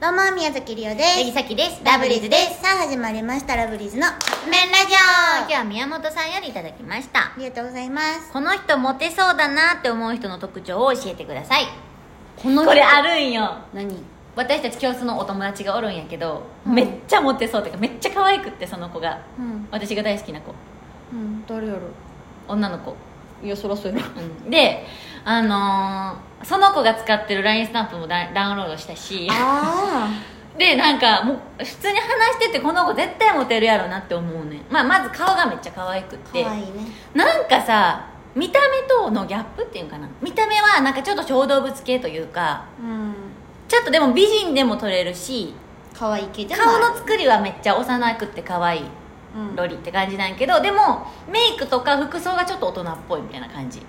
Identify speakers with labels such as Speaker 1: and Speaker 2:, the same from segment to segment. Speaker 1: どうも宮崎りおで
Speaker 2: えぎ
Speaker 1: す
Speaker 2: さきです
Speaker 1: ラブリーズですさあ始まりましたラブリーズの「面ラジオ」
Speaker 2: 今日は宮本さんよりいただきました
Speaker 1: ありがとうございます
Speaker 2: この人モテそうだなって思う人の特徴を教えてくださいこれあるんよ
Speaker 3: 何
Speaker 2: 私たち教室のお友達がおるんやけど、めっちゃモテそうっていうかめっちゃ可愛くってその子が
Speaker 3: うん
Speaker 2: 私が大好きな子
Speaker 3: うん誰やろ
Speaker 2: 女の子
Speaker 3: いやそらそうやろ
Speaker 2: であのーその子が使ってる LINE スタンプもダダウンロードしたし
Speaker 3: あ
Speaker 2: でなんかもう普通に話しててこの子絶対モテるやろなって思うねん、まあ、まず顔がめっちゃ可愛くって
Speaker 1: かわいいね
Speaker 2: なんかさ見た目とのギャップっていうんかな見た目はなんかちょっと小動物系というか
Speaker 1: うん
Speaker 2: ちょっとでも美人でも撮れるし
Speaker 1: 可愛い系じゃない
Speaker 2: 顔の作りはめっちゃ幼くって可愛い
Speaker 1: うん
Speaker 2: ロリって感じなんやけどでもメイクとか服装がちょっと大人っぽいみたいな感じ
Speaker 1: う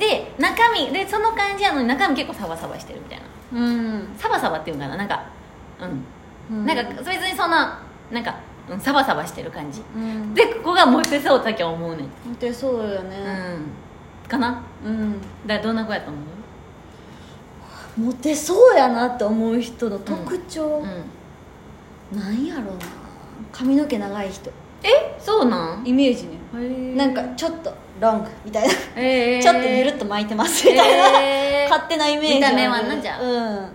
Speaker 2: で中身でその感じやのに中身結構サバサバしてるみたいなんサバサバっていうんかななんかうん、
Speaker 1: うん
Speaker 2: なんか別にそんななんか、うん、サバサバしてる感じ
Speaker 1: うん
Speaker 2: でここがモテそうだけ思うねん
Speaker 1: モテそうよ
Speaker 2: う
Speaker 1: ね
Speaker 2: んかな
Speaker 1: うん
Speaker 2: だからどんな子やと思う
Speaker 1: モテそうやなって思う人の特
Speaker 2: う
Speaker 1: 徴
Speaker 2: ん
Speaker 1: なんやろうな髪の毛長い人
Speaker 2: えそうなん
Speaker 3: イメージね
Speaker 1: なんかちょっとロングみたいな
Speaker 2: えー、
Speaker 1: ちょっとゆるっと巻いてますみたいな
Speaker 2: えー、
Speaker 1: 勝手なイメージある
Speaker 2: 見た目はなじゃあ
Speaker 1: うん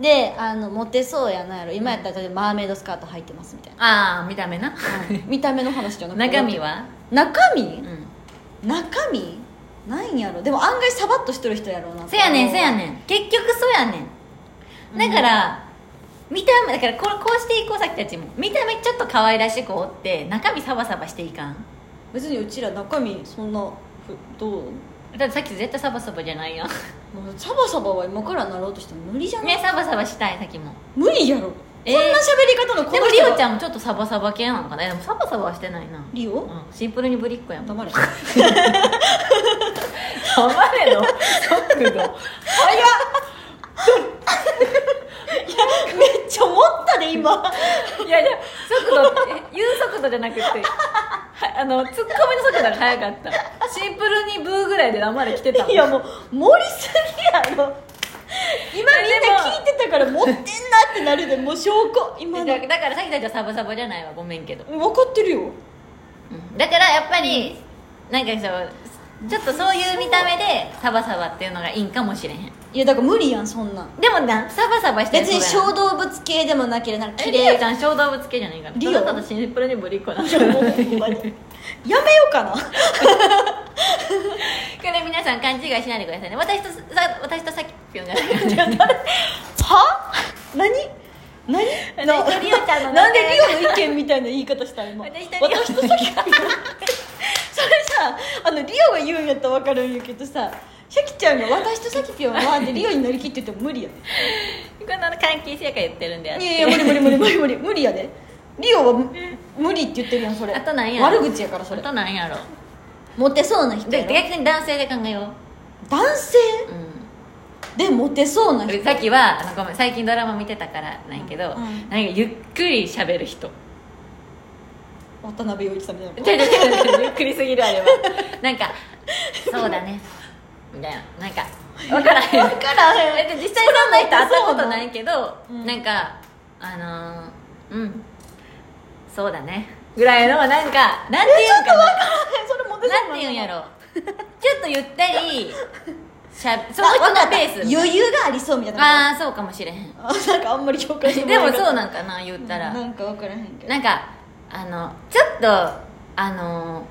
Speaker 1: であのモテそうやなやろ今やったら例えばマーメイドスカート履いてますみたい
Speaker 2: ああ見た目な
Speaker 1: な見た目の話じゃなくて
Speaker 2: 中身は
Speaker 1: 中身、
Speaker 2: うん
Speaker 1: 中身なんやろでも案外サバッとしてる人やろうな
Speaker 2: せやねんせや
Speaker 1: ん
Speaker 2: ねん結局そうやねんだから、見た目だからこうこうしていこうさっきたちも見た目ちょっと可愛らしくおって中身サバサバしていかん
Speaker 1: 別にうちら中身そんなふどう
Speaker 2: だってさっき絶対サバサバじゃないやん
Speaker 1: もうサバサバは今からなろうとしても無理じゃない、
Speaker 2: ねサバサバしたいさっきも
Speaker 1: 無理やろ、
Speaker 2: えー
Speaker 1: こんな喋り方のこ
Speaker 2: でも
Speaker 1: の
Speaker 2: リ
Speaker 1: 人
Speaker 2: オち
Speaker 1: ゃん
Speaker 2: ゃんもちょっとサバサバ系なのかなでもサバサバはしてないな
Speaker 1: リ
Speaker 2: う
Speaker 1: オ
Speaker 2: んシンプルにぶりっ子やもん
Speaker 1: 黙れ
Speaker 2: 黙れ の速度
Speaker 1: めっちゃ思ったで今
Speaker 2: いやいや速度って言う速度じゃなくてはあのツッコミの速度が速かったシンプルにブーぐらいで黙れ来てたもん
Speaker 1: いやもう盛りすぎやろ今みんな聞いてたから持ってんなってなる でもう証拠今の
Speaker 2: だだからさっきたちはサバサバじゃないわごめんけど、
Speaker 1: 分かってるよ
Speaker 2: うんだからやっぱり、なんかそうちょっとそういう見た目でサバサバっていうのがいいんかもしれへん
Speaker 1: いやだから無理やんそんなん
Speaker 2: でもなサバサバして
Speaker 1: 別に小
Speaker 2: 動
Speaker 1: 動物系でもなければなんか綺
Speaker 2: リオ
Speaker 1: 麗
Speaker 2: ちゃん小動物系じゃないから
Speaker 1: リオ
Speaker 2: ただただシンプルにぶりっ子なんだ
Speaker 1: やもうほんまにやめようかな
Speaker 2: これ皆さん勘違いしないでくださいね私とさ私とさっきぴょんが
Speaker 1: は何何な
Speaker 2: 私とリオちゃんの
Speaker 1: なんでリオの意見みたいな言い方した今
Speaker 2: 私
Speaker 1: 私
Speaker 2: とリ
Speaker 1: と
Speaker 2: オ
Speaker 1: さっき それさあのリオが言うんやったら分かるんやけどさシャキちゃんが私とさきぴょんはでリオに乗り切ってても無理やで
Speaker 2: こんなの関係性やから言ってるんであっ
Speaker 1: い
Speaker 2: て
Speaker 1: やいや無理無理無理無理無理無理やでリオはむ無理って言ってるやんそれ
Speaker 2: あとなんや
Speaker 1: 悪口やからそ
Speaker 2: あ
Speaker 1: れ
Speaker 2: となんやろ
Speaker 1: モテそうな人
Speaker 2: で
Speaker 1: やろ
Speaker 2: 逆に男性で考えよ
Speaker 1: 男性
Speaker 2: う、う、
Speaker 1: でモテそうなん人
Speaker 2: でさっきはあのごめん最近ドラマ見てたからないけど、
Speaker 1: うん
Speaker 2: なんかゆっくり喋 る人
Speaker 1: 渡辺陽一さんみた いな
Speaker 2: 違う違う違うゆっくりすぎるあれは なんかそうだねみたいななんか分からへん
Speaker 1: 分からへん
Speaker 2: で実際そんな人会ったことないけど、
Speaker 1: うん
Speaker 2: なんかあのーうんそうだねぐらいのなんかなんていうんかな
Speaker 1: それモテそう
Speaker 2: なんていうんやろちょっとゆったりしゃそ の
Speaker 1: あ
Speaker 2: 人
Speaker 1: わか
Speaker 2: の
Speaker 1: った
Speaker 2: ペース
Speaker 1: 余裕がありそうみたいなあ
Speaker 2: ああそうかもしれへ ん
Speaker 1: なんかあんまり評価して
Speaker 2: でもそう
Speaker 1: な
Speaker 2: なんかな言ったら、
Speaker 1: なんか分からへんけど
Speaker 2: なんかあのちょっとあの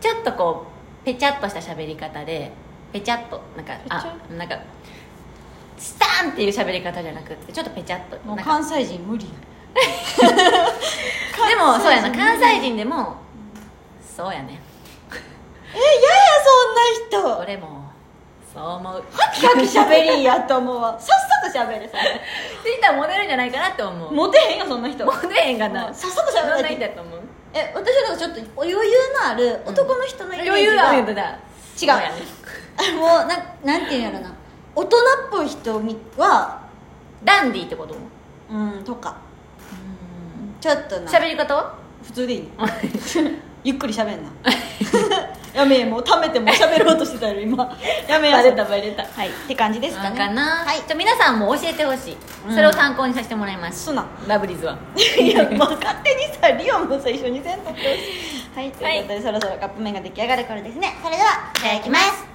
Speaker 2: ちょっとこうペチャッとした喋り方でペチャッとなんかあなんかスタンっていう喋り方じゃなくてちょっとペチャッと
Speaker 1: もう
Speaker 2: なんか
Speaker 1: 関西人無理や
Speaker 2: でもそうやな
Speaker 1: 関西人
Speaker 2: 関西人でもそうやね
Speaker 1: え嫌やそんな人
Speaker 2: 俺もそう思うって
Speaker 1: 深く喋りやと思うわさっさと喋れさ
Speaker 2: 言ったらモデルじゃないかなって思うモ
Speaker 1: モテへんよそんな人
Speaker 2: デへんがな
Speaker 1: さっさと
Speaker 2: どん
Speaker 1: 喋
Speaker 2: な
Speaker 1: れ
Speaker 2: 人やと思う
Speaker 1: え私はなんかちょっと余裕のある男の人のイメージが、
Speaker 2: 余裕だ余裕だ
Speaker 1: 違うもうなんなんていうんやろな大人っぽい人みは
Speaker 2: ダンディーってこと
Speaker 1: うんとかちょっとな
Speaker 2: 喋り方は
Speaker 1: 普通でいいねゆっくり喋んなやめえもう貯めても喋ろうとしてたよ今やめえ
Speaker 2: バレたバレた
Speaker 1: はいって感じですか
Speaker 2: な
Speaker 1: ね
Speaker 2: んかな、
Speaker 1: はい
Speaker 2: じゃあ皆さんも教えてほしい、
Speaker 1: うん
Speaker 2: それを参考にさせてもらいます
Speaker 1: そんな
Speaker 2: ラブリーズはい
Speaker 1: や、まあ、勝手にさリオンも最初に全部ってほしいはいということで、そろそろカップ麺が出来上がる頃ですねそれではいただきます